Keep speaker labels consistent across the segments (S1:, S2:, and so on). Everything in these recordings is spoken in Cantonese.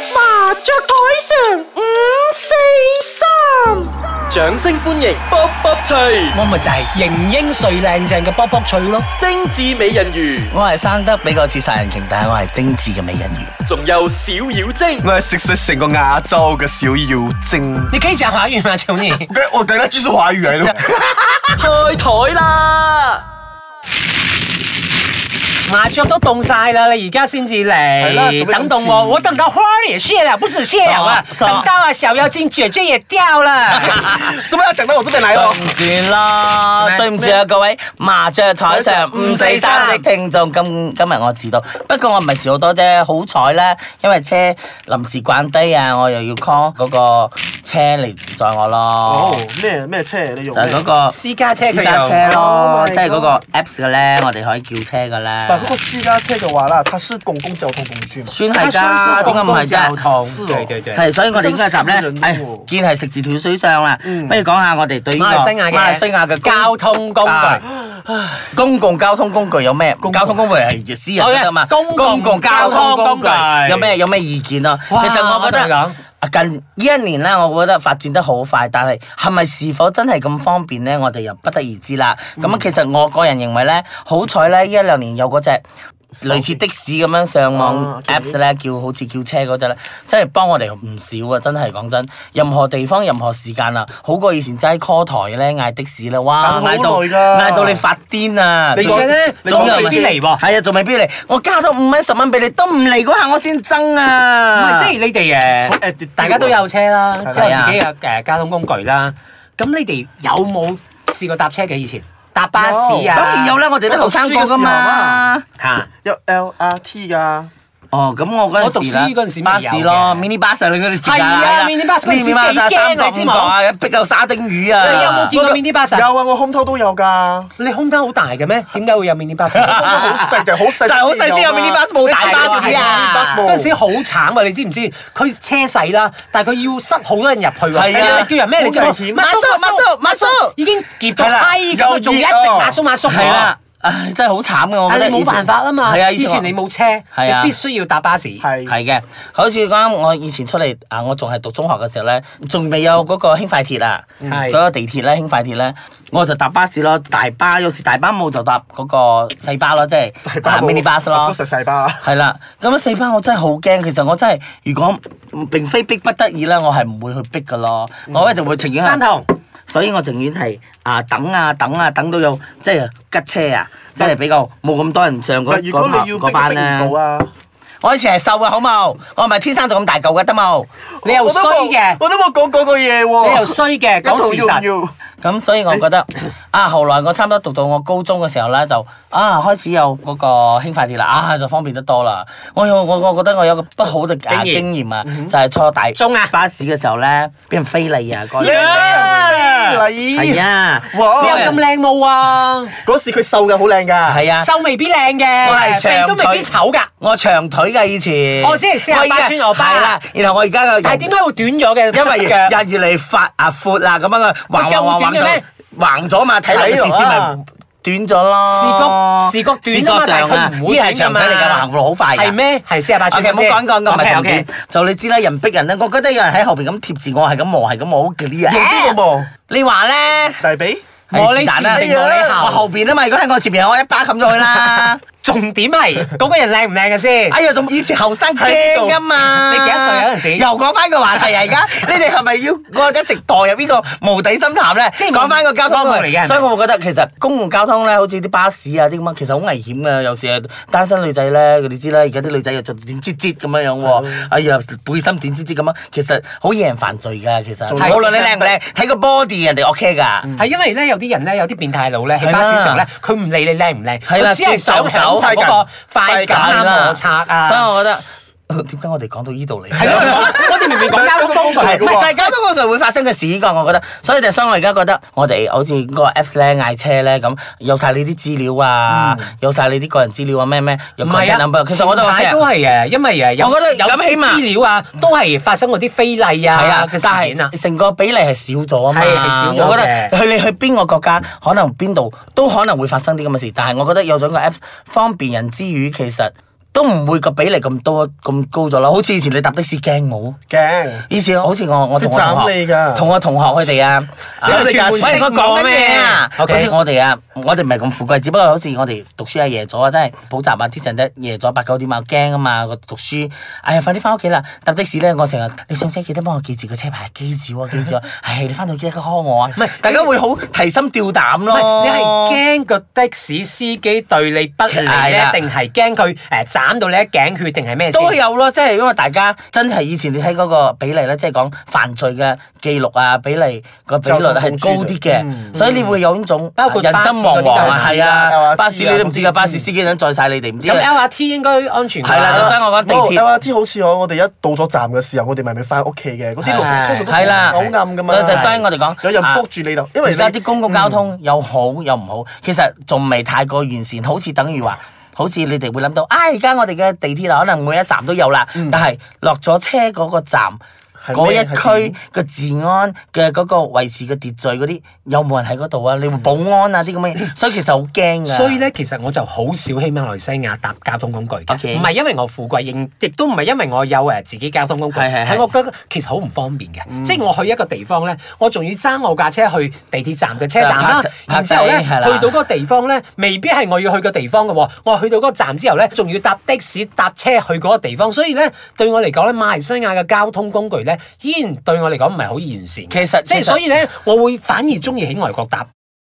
S1: 雀台上五四三，掌聲歡迎卜卜脆，
S2: 我咪就係型英帥靚正嘅卜卜脆咯，
S1: 精緻美人魚，
S2: 我係生得比較似殺人鯨，但係我係精緻嘅美人魚。
S1: 仲有小妖精，
S3: 我係食食成個亞洲嘅小妖精。
S2: 你可以講華語嗎，求你？
S3: 我我等下繼續華語嚟 咯。
S1: 開台啦！
S2: 麻雀都凍晒啦，你而家先至
S3: 係啦
S2: 嚟，
S3: 做咩咁
S2: 等等
S3: 遲
S2: 我，我等到花兒也謝了，不止謝了啊，
S3: 傻傻
S2: 等到啊小妖精姐姐也掉 了。
S3: 是不是要講到我這邊來
S4: 對
S3: 咯？
S4: 唔住啦
S2: 咩，
S4: 對唔住啊各位麻雀台上五四三的聽眾，今今日我遲到，不過我唔係遲好多啫，好彩咧，因為車臨時關低啊，我又要 call 嗰個車嚟載我咯
S3: 哦，，咩咩車你用
S4: 就係
S3: 咩？
S4: 嗰個
S2: 私家車
S4: 私
S2: 佢
S4: 家
S2: 又
S4: 車咯
S3: Oh，my
S4: 即係嗰個 apps 嘅咧，我哋可以叫車嘅
S3: 但嗰個，
S4: 咧
S3: 私家車嘅話啦，它是公共交通工具嘛？
S4: 算係
S3: 它
S4: 㗎，
S3: 算
S4: 點
S3: 是
S4: 解唔係
S2: 交
S4: 啫？
S2: 通
S3: 是，哦
S2: 對對對，
S4: 係，所以我哋應該集
S3: 真係
S4: 咧
S3: 私人，喎
S4: 唉，見係食字斷水上啦，不如講下我哋對呢個
S2: 馬來西亞嘅
S4: 馬來西亞嘅公
S2: 交通工具。
S4: 公共交通工具有咩？交通工具係私人㗎嘛？
S2: 好嘅公共交通工具
S4: 有咩有咩意見啊？其
S2: 哇
S4: 實我覺
S2: 我同你講
S4: 得。啊近呢一年咧，我覺得發展得好快，但係係咪是否真係咁方便咧？我哋又不得而知啦。咁、
S3: 嗯
S4: 其實我個人認為咧，好彩咧，呢一兩年有嗰只類似的士咁樣上
S3: 啊
S4: 網
S3: 叫
S4: Apps 咧，叫好似叫車嗰只咧，真係幫我哋唔少啊！真係講真，任何地方、任何時間啊，好過以前齋 call 台咧嗌的士啦，哇
S3: 等好
S4: 嗌到
S3: 耐㗎
S4: 嗌到你發癲啊！
S3: 你
S2: 而且咧，
S3: 你
S2: 仲
S3: 講
S2: 未必嚟喎。
S4: 係啊，仲未必嚟。我加咗五蚊十蚊俾你，都唔嚟嗰下我先憎
S2: 唔
S4: 啊！
S2: 係，即係你
S4: à,
S3: 好
S2: 哋
S3: addictive
S2: 誒，大家都有車啦，
S3: 係
S2: 都有自己嘅誒呃交通工具啦。咁你哋有冇試過搭車嘅以前？搭巴士
S3: 有
S2: 啊？
S4: 當然有啦，我哋都後生過噶嘛。
S2: 嚇！
S3: 有 LRT 㗎。
S4: 哦，咁我嗰陣時
S2: 我讀書嗰陣時咪
S4: 巴
S2: 有
S4: 士
S2: 嘅
S4: 咯，mini bus 啊你嗰陣時間
S2: 係啊，mini bus 嗰陣時幾驚啊你知冇
S4: 啊，逼有沙丁魚啊！
S2: 你有冇見過 mini bus 啊？
S3: 有啊，我 home 偷都有㗎。
S2: 你空間好大嘅咩？點解會有 mini bus？
S3: 好細就係好細，
S4: 就係好細先有 mini bus 冇大巴士啊！
S2: 嗰陣時好慘啊！你知唔知？佢車細啦，但係佢要塞好多人入去喎。
S4: 係啊
S2: 你叫人咩？你就
S3: 好危險
S4: 馬叔馬叔馬叔
S2: 已經夾到閪
S3: 係啦
S2: 咁，仲一
S3: 又
S2: 直
S3: 熱啊
S2: 馬叔馬叔。
S4: 哦係啦，唉，真係好慘嘅，我覺
S2: 但
S4: 得
S2: 係你冇
S4: 以前
S2: 辦法啊嘛。
S4: 係啊，
S2: 以前你冇車，
S4: 係啊
S2: 你必須要搭巴士。
S3: 係
S4: 係嘅，好似啱我以前出嚟啊，我仲係讀中學嘅時候咧，仲未有嗰個輕快鐵啊，
S3: 嗯
S2: 係
S4: 嗰個地鐵咧輕快鐵咧，我就搭巴士咯，大巴有時大巴冇就搭嗰個細巴咯，即係
S3: 大巴
S4: 啊 mini bus 咯
S3: 都。食細巴。
S4: 係啦，咁啊四班我真係好驚，其實我真係如果並非逼不得已咧，我係唔會去逼噶咯，
S3: 嗯
S4: 我咧就會情願係
S2: 山頭
S4: 所以我情願係啊等啊等啊等到有即係吉車啊，即係比較冇咁多人上嗰
S3: 但如果你要逼
S4: 嗰嗰班
S3: 逼唔到
S4: 咧。
S3: 啊，
S4: 我以前係瘦嘅，好冇？我唔係天生就咁大嚿嘅，得冇？
S2: 你又衰嘅，
S3: 我都冇講嗰個嘢喎。
S2: 你又衰嘅，講事實。哎
S3: 要。
S4: 咁所以我覺得啊，後來我差唔多讀到我高中嘅時候咧，就啊開始有嗰個輕快鐵啦，啊就方便得多啦。我有我我覺得我有個不好嘅啊
S2: 經驗嗯
S4: 經驗啊，就係坐大
S2: 中啊
S4: 巴士嘅時候咧，俾人非禮啊，嗰
S3: 你
S4: 係啊，
S2: 你
S3: 哇
S2: 有咁靚冇啊？
S3: 嗰時佢瘦嘅好靚㗎。
S4: 係啊，
S2: 瘦未必靚
S4: 我係
S2: 嘅，
S4: 長
S2: 鼻都未
S4: 腿
S2: 必醜㗎。
S4: 我長腿㗎以前，
S2: 我知係四十八
S4: 而家
S2: 寸我巴
S4: 係啦，然後我而家嘅
S2: 但係點解會短咗嘅？
S4: 因為
S2: 腳
S4: 人越嚟越發啊闊啦，咁樣啊橫橫
S2: 咁
S4: 橫
S2: 短嘅咩
S4: 橫到橫咗嘛，睇落
S3: 睇
S4: 視
S3: 落
S4: 線
S3: 啊
S4: 咪短咗咯。
S2: 視覺視覺短啊嘛
S4: 視覺上
S2: 但係佢唔會
S4: 呢係長
S2: 短
S4: 腿
S2: 㗎
S4: 嚟
S2: 嘛
S4: 㗎，橫幅好快㗎。
S2: 係咩？係四十八
S4: o
S2: 寸
S4: k 唔好講講講，唔係重
S2: OK，OK
S4: 點。就你知啦，人逼人咧，我覺得有人喺後邊咁貼住我，係咁磨，係咁磨，好嗰啲啊。
S3: 用邊個望？
S4: 你話咧？
S3: 大髀。
S2: 我
S4: 係
S2: 呢
S4: 是但啦
S2: 前面我呢後
S4: 我後邊啊嘛，如果喺我前面，我一巴冚咗佢啦。
S2: 重 點係嗰個人靚唔靚嘅 先？
S4: 哎呀，仲以前後生驚噶嘛？
S2: 喺呢度你幾 多歲啊嗰陣時
S4: 又講翻個話題啊！而 家你哋係咪要我一直代入呢個無底深潭咧？
S2: 即係
S4: 講翻個交通
S2: 荒謬
S4: 工
S2: 嚟
S4: 具
S2: 嘅係咪
S4: 所以我會覺得其實公共交通咧，好似啲巴士啊啲咁啊，其實好危險
S2: 嗯
S4: 嘅。有時係單身女仔咧，你知啦，而家啲女仔又着短節節咁樣樣喎。
S2: 嗯
S4: 哎呀，背心短節節咁樣，啊其實好惹人犯罪㗎。其實
S3: 仲
S4: 無論你靚唔 靚，睇個 body 人哋 OK 㗎。
S2: 係因為咧，有啲人咧，有啲變態佬咧，喺
S4: 係啦
S2: 巴士上咧，佢唔理你靚唔靚，
S4: 係啦
S2: 佢只係想享受嗰個快感
S4: 係
S2: 啊、
S4: 啦
S2: 摩擦啊。
S4: 所以我覺得。呃點解我哋講到呢度嚟？
S2: 係咯，我哋明明講交通工具
S4: 係唔
S2: 係
S4: 係就係交通工具會發生嘅事？呢個我覺得，所以就所以我而家覺得我哋好似嗰個 apps 咧嗌車咧咁，有晒你啲資料啊，有晒你啲個人資料啊，咩咩，有
S2: 嗯唔
S4: contact
S2: 係
S4: number，
S2: 啊？
S4: 其實我都
S2: 前
S4: OK
S2: 排
S4: 啊
S2: 都係嘅，因為誒有
S4: 我覺得
S2: 有
S4: 咁起
S2: 啲
S4: 碼
S2: 資料啊，都係發生嗰啲非禮
S4: 係
S2: 啊
S4: 啊
S2: 嘅，事
S4: 但
S2: 件啊。
S4: 係成個比例係少咗啊嘛。
S2: 係係少咗嘅
S4: 我覺得去你去邊個國家，可能邊度都可能會發生啲咁嘅事。但係我覺得有咗個 apps 方便人之餘，其實都唔會個比例咁多咁高咗啦。好似以前你搭的士驚冇，
S3: 驚。
S4: 以前好似我我同我
S3: 佢
S4: 同
S3: 斬
S4: 學
S3: 你㗎
S4: 同我同學佢哋啊，
S3: 因為你架
S4: 喂
S3: 車
S4: 我講緊嘢啊，
S2: OK
S4: 好似我哋啊，我哋唔係咁富貴，只不過好似我哋讀書啊夜咗啊，真係補習啊啲成日夜咗八九點啊，驚啊嘛個讀書，哎呀快啲翻屋企啦！搭的士咧，我成日你上車記得幫我記住個車牌，記住喎記住喎，唉你翻到記得 call 我啊，
S2: 唔係
S4: 大家會好提心吊膽
S2: 唔
S4: 咯，
S2: 係你係驚個的士司機對你不利
S4: 係
S2: 咧
S4: 啦，
S2: 定係驚佢誒斬到你一頸血，定係咩先？
S4: 都有咯，即係因為大家真係以前你睇嗰個比例咧，即係講犯罪嘅記錄啊，比例個比率係高啲嘅，所以你會有呢種
S2: 包括
S4: 人
S2: 巴士
S4: 心惶惶啊，
S2: 嗰啲
S4: 係
S3: 巴士啊
S4: 啊，巴士你都唔知
S3: 有
S4: 㗎，
S3: 啲
S4: 巴士司機人載晒你哋，唔知
S2: 咁 LRT 應該安全㗎
S4: 係啦所以我覺得地鐵
S3: LRT 好似我我哋一到咗站嘅時候，我哋咪咪翻屋企嘅，嗰啲路
S4: À,
S2: 係
S3: 通常都
S4: 係啦，
S3: 好暗噶嘛。
S4: 就所以我哋講
S3: 有人
S4: 啊
S3: book 住你度，因為
S4: 而
S3: 你
S4: 家啲公共交通又好又唔好，其實仲未太過完善，好似等於話。好似你哋會諗到，啊！而家我哋嘅地鐵啊，可能每一站都有啦，但係落咗車嗰個站，
S3: 係
S4: 嗰
S3: 咩係
S4: 一區嘅治安嘅嗰個維持嘅秩序嗰啲，有冇人喺嗰度啊？你會保安啊啲咁嘅嘢，所以其實好驚㗎。
S2: 所以咧，其實我就好少喺馬來西亞搭交通工具嘅，唔係
S4: OK
S2: 因為我富貴，亦亦都唔係因為我有誒自己交通工具，
S4: 係係係嗯
S2: 我覺得其實好唔方便嘅。即係我去一個地方咧，我仲要揸我架車去地鐵站嘅車站啦
S4: 就呃泊，
S2: 然之後咧
S4: 泊車係啦
S2: 去到嗰個地方咧，未必係我要去嘅地方嘅喎，我去到嗰個站之後咧，仲要搭的士搭車去嗰個地方，所以咧對我嚟講咧，馬來西亞嘅交通工具咧，依然對我嚟講唔係好完善嘅。
S4: 其實
S2: 即係
S4: 其實
S2: 所以咧，我會反而中意喺外國搭。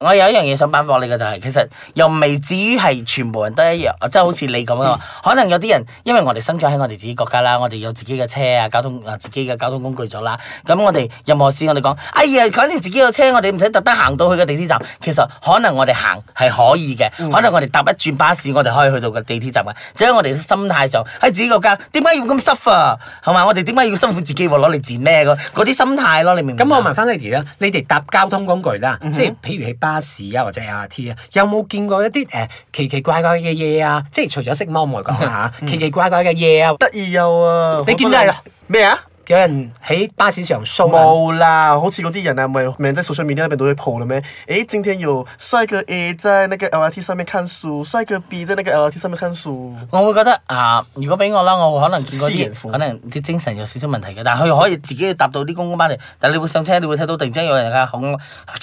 S4: 我有一樣嘢想反駁你嘅就係、其實又未至於係全部人都一樣，即係好似你咁啊。可能有啲人因為我哋生長喺我哋自己國家啦，我哋有自己嘅車啊，交通啊自己嘅交通工具咗啦。咁我哋任何事我哋講，哎呀，反正自己有車，我哋唔使特登行到去個地鐵站。其實可能我哋行係可以嘅，可能我哋搭一轉巴士，我哋可以去到個地鐵站嘅。只係我哋心態上喺自己國家，點解要咁 suffer 啊？係嘛？我哋點解要辛苦自己喎？攞嚟賤咩嗰嗰啲心態咯？你明唔明啊？
S2: 咁我問翻你哋啦，你哋搭交通工具啦，即係譬如喺巴士啊或者 LRT 啊，有冇見過一啲誒、呃奇奇怪怪嘅嘢啊？即係除咗色魔唔講啦嚇，奇奇怪怪嘅嘢啊，
S3: 得意又啊，
S2: 你見到係
S3: 咩啊？
S2: 有人喺巴士上 show 啊
S3: 冇啦，好似嗰啲人啊，咪咪在 social media 那邊都會 po 了咩？誒，今天有帥哥 A 在那個 LRT 上面看書，帥哥 B 在那個 LRT 上面看書。
S4: 我會覺得啊，如果俾我啦，我可能見過
S3: 私人父
S4: 啲可能啲精神有少少問題嘅，但係佢可以自己搭到啲公共班嚟。但係你會上車，你會睇到突然之間有人嘅口啊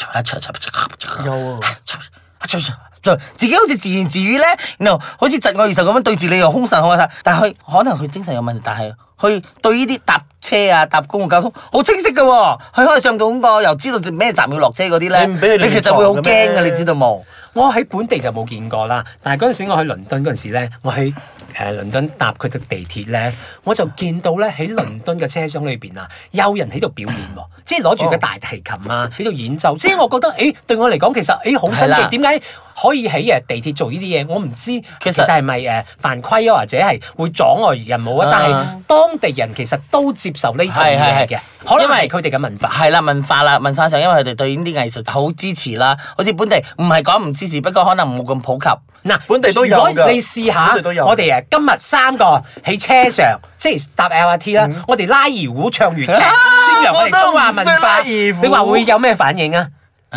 S3: 有啊
S4: 自己好似自言自語咧，然後好似窒我二十咁樣對住你又兇神兇煞，但係佢可能佢精神有問題，但係佢對呢啲搭車啊、搭公共交通好清晰嘅喎、佢可以上到嗰個又知道咩站要落車嗰啲咧，
S3: 你唔俾佢亂
S4: 你其實會好
S3: 撞
S4: 驚
S3: 嘅咩
S4: 嘅，你知道冇？
S2: 我喺本地就冇見過啦，但係嗰陣時我去倫敦嗰陣時咧，我喺誒、呃、倫敦搭佢嘅地鐵咧，我就見到咧喺倫敦嘅車廂裏邊啊，有人喺度表演喎，即係攞住個大提琴啊喺度演奏，即係我覺得誒、欸、對我嚟講其實誒好新
S4: 哦係啦
S2: 奇，點解可以喺誒地鐵做呢啲嘢？我唔知其
S4: 實
S2: 實係咪誒犯規啊，或者係會阻礙人務啊？但係
S4: 啊
S2: 當地人其實都接受呢套
S4: 係
S2: 嘢
S4: 係
S2: 嘅
S4: 係，
S2: 可能
S4: 因
S2: 係
S4: 為
S2: 佢哋嘅文化。
S4: 係啦，文化啦，文化上，因為佢哋對呢啲藝術好支持啦，好似本地唔係講唔支持，不過可能冇咁普及。
S2: 嗱，
S3: 本地都有㗎
S2: 如果你試下，
S3: 本地都有
S2: 我哋誒啊今日三個喺車上，即係搭 LRT 啦，我哋拉二胡唱粵劇，宣揚我哋中華
S3: 嗯啊我
S2: 文化，
S3: 都唔識拉二胡
S2: 你話會有咩反應啊？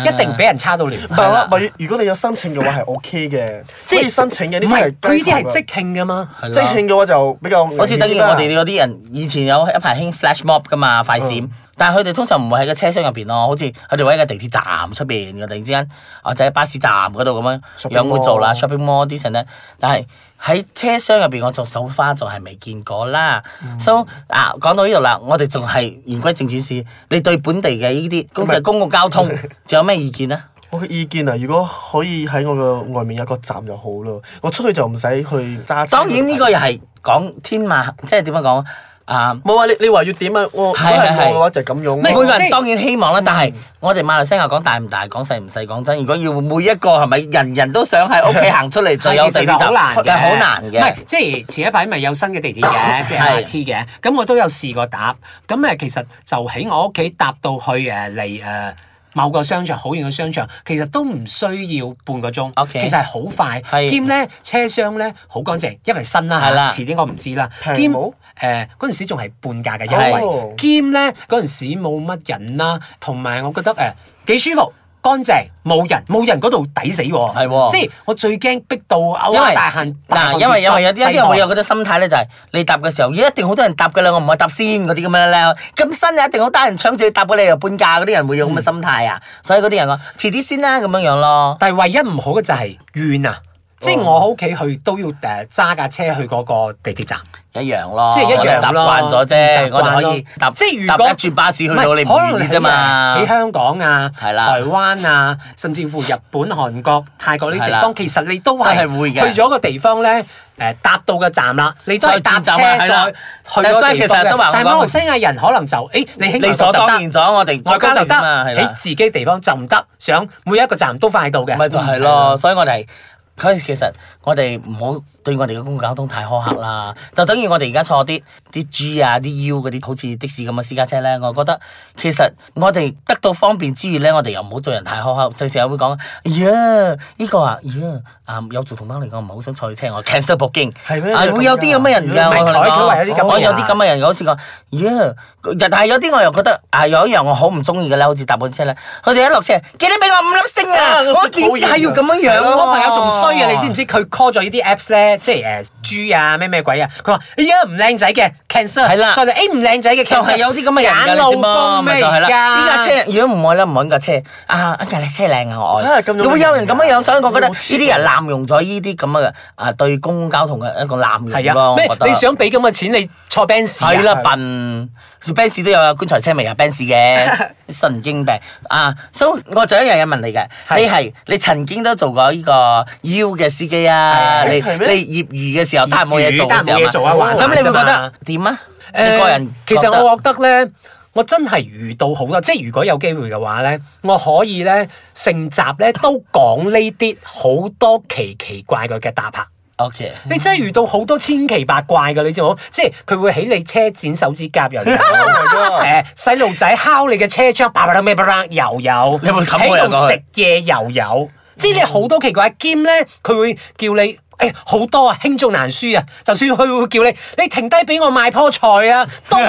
S2: 一定俾人差到亂。
S3: 唔係啦，咪如果你有申請嘅話係 OK 嘅，即係申請嘅呢
S2: 唔
S3: 啲
S2: 係佢呢
S3: 係
S2: 啲係即興噶嘛？
S4: 係
S3: 即興嘅話就比較
S4: 好似等於我哋嗰啲人以前有一排興 flash mob 噶嘛，快閃，但係佢哋通常唔會喺個車廂入邊咯，好似佢哋會喺個地鐵站出邊嘅，突然之間或者喺巴士站嗰度咁
S3: Shopping
S4: 樣有冇做啦
S3: mall
S4: shopping mall 啲成咧，但係喺車廂入邊我就手花就係未見過啦。so 啊講到呢度啦，我哋仲係言歸正傳先，你對本地嘅呢啲公就係公共交通仲有咩意見呢？
S3: 我嘅意見啊，如果可以喺我嘅外面有個站就好咯，我出去就唔使去揸車。
S4: 當然呢個又係講天馬，即係點樣講啊？
S3: 冇啊！你你話要點啊？我
S4: 係
S3: 如果
S4: 係係
S3: 我嘅話就係咁樣咯。
S4: 每
S2: 咩
S4: 個
S2: 即係嗯
S4: 人當然希望啦，但係我哋馬來西亞講大唔大，講細唔細，講真，如果要每一個係咪人人都想喺屋企行出嚟就有地鐵
S2: 係其實
S4: 站，
S2: 好難嘅，
S4: 係好難
S2: 唔係
S4: 嘅。，
S2: 即係前一排咪有新嘅地鐵嘅，即係
S4: 係
S2: RT 嘅。咁我都有試過搭，咁誒其實就喺我屋企搭到去誒嚟誒。某個商場好遠嘅商場，其實都唔需要半個鐘
S4: OK
S2: 其實係好快，
S4: 係
S2: 兼咧車廂咧好乾淨，因為新啦
S4: 係啦
S2: 嚇，遲啲我唔知啦。
S3: 平
S2: 兼
S3: 冇
S2: 誒嗰陣時仲係半價嘅優惠
S3: 哦，
S2: 兼咧嗰陣時冇乜人啦，同埋我覺得誒幾舒服。乾淨冇人，冇人嗰度抵死喎。
S4: 係喎
S2: 即係我最驚逼到歐
S4: 因為
S2: 亞大限
S4: 嗱，因為因為有啲有啲人會有嗰啲心態咧，就係你搭嘅時候，咦一定好多人搭嘅啦，我唔去搭先嗰啲咁樣咧，咁新嘅一定好多人搶住去搭嘅，你又半價嗰啲人會有
S2: 嗯
S4: 咁嘅心態啊，所以嗰啲人話遲啲先啦咁樣樣咯。
S2: 但係唯一唔好嘅就係怨啊！即
S4: 哦
S2: 係我喺屋企去都要誒揸架車去嗰個地鐵站，
S4: 一樣咯，
S2: 即係一
S4: 我哋
S2: 樣咯
S4: 習慣咗啫，
S2: 習慣咯
S4: 我哋可以搭
S2: 即係如果
S4: 搭一轉巴士去到你唔
S2: 唔係可能
S4: 遠啲啫嘛
S2: 喺。香港啊、
S4: 係啦
S2: 台灣啊，甚至乎日本、韓國、泰國呢啲地
S4: 係啦
S2: 方，其實你都
S4: 都
S2: 係
S4: 係會嘅
S2: 去咗個地方咧。誒搭到個站啦，你都係搭車
S4: 再轉站啊
S2: 再
S4: 係啦
S2: 去
S4: 但係
S2: 嗰
S4: 所
S2: 個
S4: 以
S2: 地
S4: 其
S2: 方
S4: 實都話
S2: 嘅。但係
S4: 我講
S2: 馬來西亞人可能就誒，你喺
S4: 理所當然咗，我哋
S2: 外國就
S4: 國
S2: 得，
S4: 家嚟㗎嘛係啦
S2: 喺自己地方就唔得，想每一個站都快到嘅。嗯啊
S4: 咪就係咯，所以我哋佢其實我哋唔好對我哋嘅公共交通太苛刻啦。就等於我哋而家坐啲啲 G 啊、啲 U 嗰啲好似的士咁嘅私家車咧，我覺得其實我哋得到方便之餘咧，我哋又唔好對人太苛刻。成成日會講，哎呀呢個啊，哎呀啊有做同胞嚟講，唔係好想坐佢車，我 cancel booking
S3: 係咩
S4: 啊會有啲咁嘅人㗎，
S2: 唔係
S4: 我同你講
S2: 佢佢話有啲咁嘅人啊
S4: 我有啲咁嘅人，好似講，呀但係有啲我又覺得啊有一樣我好唔中意嘅咧，好似搭部車咧，佢哋一落車記得俾我五粒星啊！
S3: 啊
S4: 我點解要咁樣樣
S2: 我朋友仲衰啊！
S4: 喎
S2: 你知唔知佢 call 咗呢啲 apps 咧，即係誒豬啊咩咩鬼啊？佢話：哎呀唔靚仔嘅 cancel，
S4: 係啦
S2: 再嚟哎誒唔靚仔嘅 cancel，
S4: 就係有啲咁嘅人㗎，
S2: 揀
S4: 你
S2: 老
S4: 知嘛？
S2: 公
S4: 咪
S2: 咩
S4: 就係
S2: 而
S4: 啦。
S2: 家啊
S4: 呢架車如果唔愛啦，唔揾架車啊！一架車靚啊，我
S3: 啊
S4: 愛。
S3: 咁樣
S4: 會有人咁樣樣，所以我覺得
S3: 好
S4: 呢
S3: 黐線
S4: 啲人濫用咗呢啲咁嘅啊對公共交通嘅一個濫
S2: 係
S4: 用
S2: 啊，
S4: 咯。
S2: 咩
S4: 我覺得
S2: 你想俾咁嘅錢你坐 Benz 啊
S4: 係啦，笨。Benz 都有啊，棺材車咪有 Benz 嘅，神經病啊！所以我仲有一樣嘢問你嘅，
S2: 係
S4: 你係你曾經都做過呢個 U 嘅司機啊，
S2: 係
S4: 你你
S3: 係咩
S4: 業餘嘅時候，但係冇嘢做
S2: 但
S4: 嘅時
S2: 係
S4: 候
S2: 冇嘢做啊
S4: 嘛
S2: 玩下
S4: 咁你會
S2: 啫嘛
S4: 覺得點啊？
S2: 誒
S4: 你個人
S2: 其
S4: 覺
S2: 實
S4: 得
S2: 我覺得咧，我真係遇到好多，即係如果有機會嘅話咧，我可以咧成集咧都講呢啲好多奇奇怪怪嘅搭客。
S4: OK。
S2: 你真係遇到好多千奇百怪嘅，你知冇？即係佢會喺你車剪手指甲
S4: 哦
S2: 又有，誒細路仔敲你嘅車窗，叭叭啦咩叭啦又有，
S4: 你有冇冚過
S2: 喺
S4: 人
S2: 度
S4: 落去
S2: 食嘢又有，即係你好多奇怪。兼咧，佢會叫你。誒好多啊，輕重難輸啊！就算佢會叫你，你停低俾我買棵菜啊， 都有。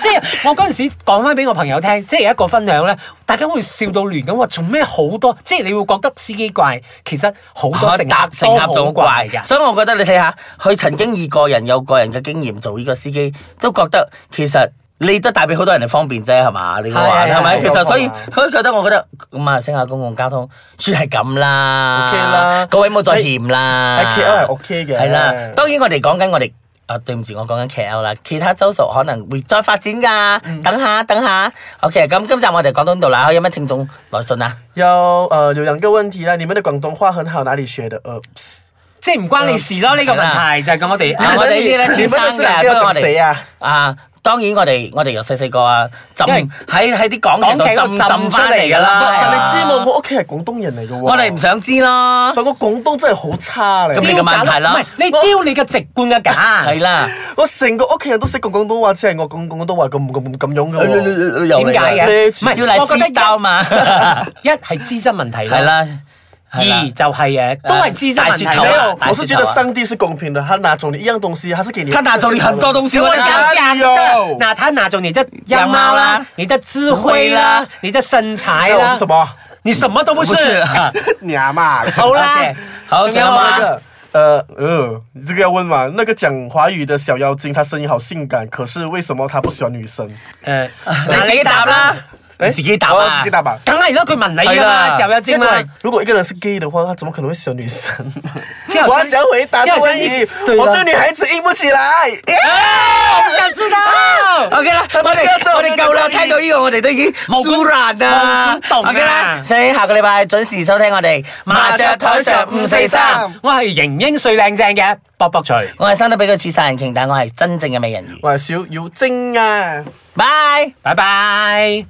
S2: 即係我嗰陣時講翻俾我朋友聽，即係有一個分享咧，大家會笑到亂咁話，做咩好多？即係你會覺得司機怪，其實好多乘
S4: 啊搭
S2: 客
S4: 乘
S2: 都
S4: 客
S2: 好
S4: 仲
S2: 怪
S4: 怪
S2: 㗎。
S4: 所以我覺得你睇下，佢曾經以個人有個人嘅經驗做呢個司機，都覺得其實你都帶俾好多人哋方便啫，係嘛？你話
S2: 係係
S4: 係咪？
S2: 係
S4: 其
S3: 冇錯
S4: 實所以
S3: 啊
S4: 佢都覺得我覺得馬來西亞公共交通算係咁啦
S3: OK 啦
S4: 各位冇再嫌啦。
S3: 喺喺 KL 係 OK 嘅
S4: 係啦，當然我哋講緊我哋。啊，對唔住，我講緊 KL 啦，其他州屬可能會再發展㗎，等下等下。OK，咁今集我哋講到呢度啦，有咩聽眾來信啊？
S3: 要呃有两个问题啦，你们的广东话很好，哪里学的？呃，
S2: 即係唔關你事咯，呢個問題就係咁，我哋
S4: 啊我哋呢啲咧
S3: 你們
S4: 天生
S3: 的是
S4: 嘅，
S3: 兩
S4: 不
S3: 個
S4: 過我
S3: 要整誰
S4: 哋
S3: 啊？
S4: 啊，當然我哋我哋由細細個啊，浸
S2: 因為
S4: 喺喺啲港劇度
S2: 港劇嗰度
S4: 浸浸
S2: 浸出
S4: 翻嚟
S2: 嚟
S4: 㗎
S2: 㗎
S4: 啦
S2: 啦。
S3: 但但你知
S4: 係啊
S3: 冇？？我屋企係廣東人嚟嘅喎。
S4: 我哋唔，想知啦。
S3: 但我廣東真係好差嚟。
S4: 咁你嘅問題啦
S2: 唔係你丟你嘅直觀嘅假，
S4: 係啦，
S3: 我成個屋企人都識講廣東話，只係我講廣東話咁咁咁樣
S4: 哎
S3: 嘅喎。
S4: 點
S2: 點解嘅？
S3: 你
S2: 唔
S4: 唔係要
S2: 係，
S4: 嚟
S2: 我覺得
S4: à? freestyle
S2: 一
S4: 嘛？
S2: 一係資質問題
S4: 係
S2: 啦，
S4: 啦，
S2: 二
S4: 係啦
S2: 就係誒都係資質問題
S4: 大舌頭
S3: 沒
S4: 啊
S2: 啦。
S3: 有，我是覺得上帝是公平的，他拿走你一樣東西，他是給你。
S4: 他拿走你很多東西
S2: 我
S4: 我
S2: 想
S4: 想
S2: 講的，那他拿走你的
S4: 啊樣
S2: 樣貌
S4: 貌
S2: 啦
S4: 啦，
S2: 你的智慧
S4: 智慧
S2: 啦
S4: 啦，
S2: 你的身材
S4: 啊
S3: 那我
S2: 啦
S3: 是，什麼？
S2: 你什麼都不是
S4: 不。是
S3: 你阿媽。
S2: 好啦
S4: OK，，好
S2: 仲有
S4: 仲有
S2: 啊
S4: 冇
S3: 那個呃呃，你這個要問嘛？那個講華語的小妖精，她聲音好性感，可是為什麼她不喜歡女生？
S2: 誒，
S4: 你自己答啦，你自己答
S3: 我
S4: 啊
S3: 自己答吧。
S2: 梗係啦，佢問你
S4: 係
S2: 㗎
S4: 啦
S2: 嘛，時候有精嘛。
S3: 如果一個人是 gay 的話，他怎麼可能會喜歡女生？
S2: 就好像
S3: 我要講回答的問題
S2: 就好像一對，的
S3: 我對女孩子硬不起來。
S2: 啊我想知道。
S4: À, OK 啦，我哋我哋夠啦，聽到呢個我哋都已經
S2: 毛管
S4: 酥軟啦
S2: 毛管動啊
S4: à. OK 啦，所以下個禮拜準時收聽我哋麻雀台上五四三，
S2: 我係型英帥靚正嘅卜卜徐。
S4: 我係生得比佢似殺人鯨，但我係真正嘅美人魚。
S3: 我係小妖精啊！
S4: 拜。
S2: 拜拜。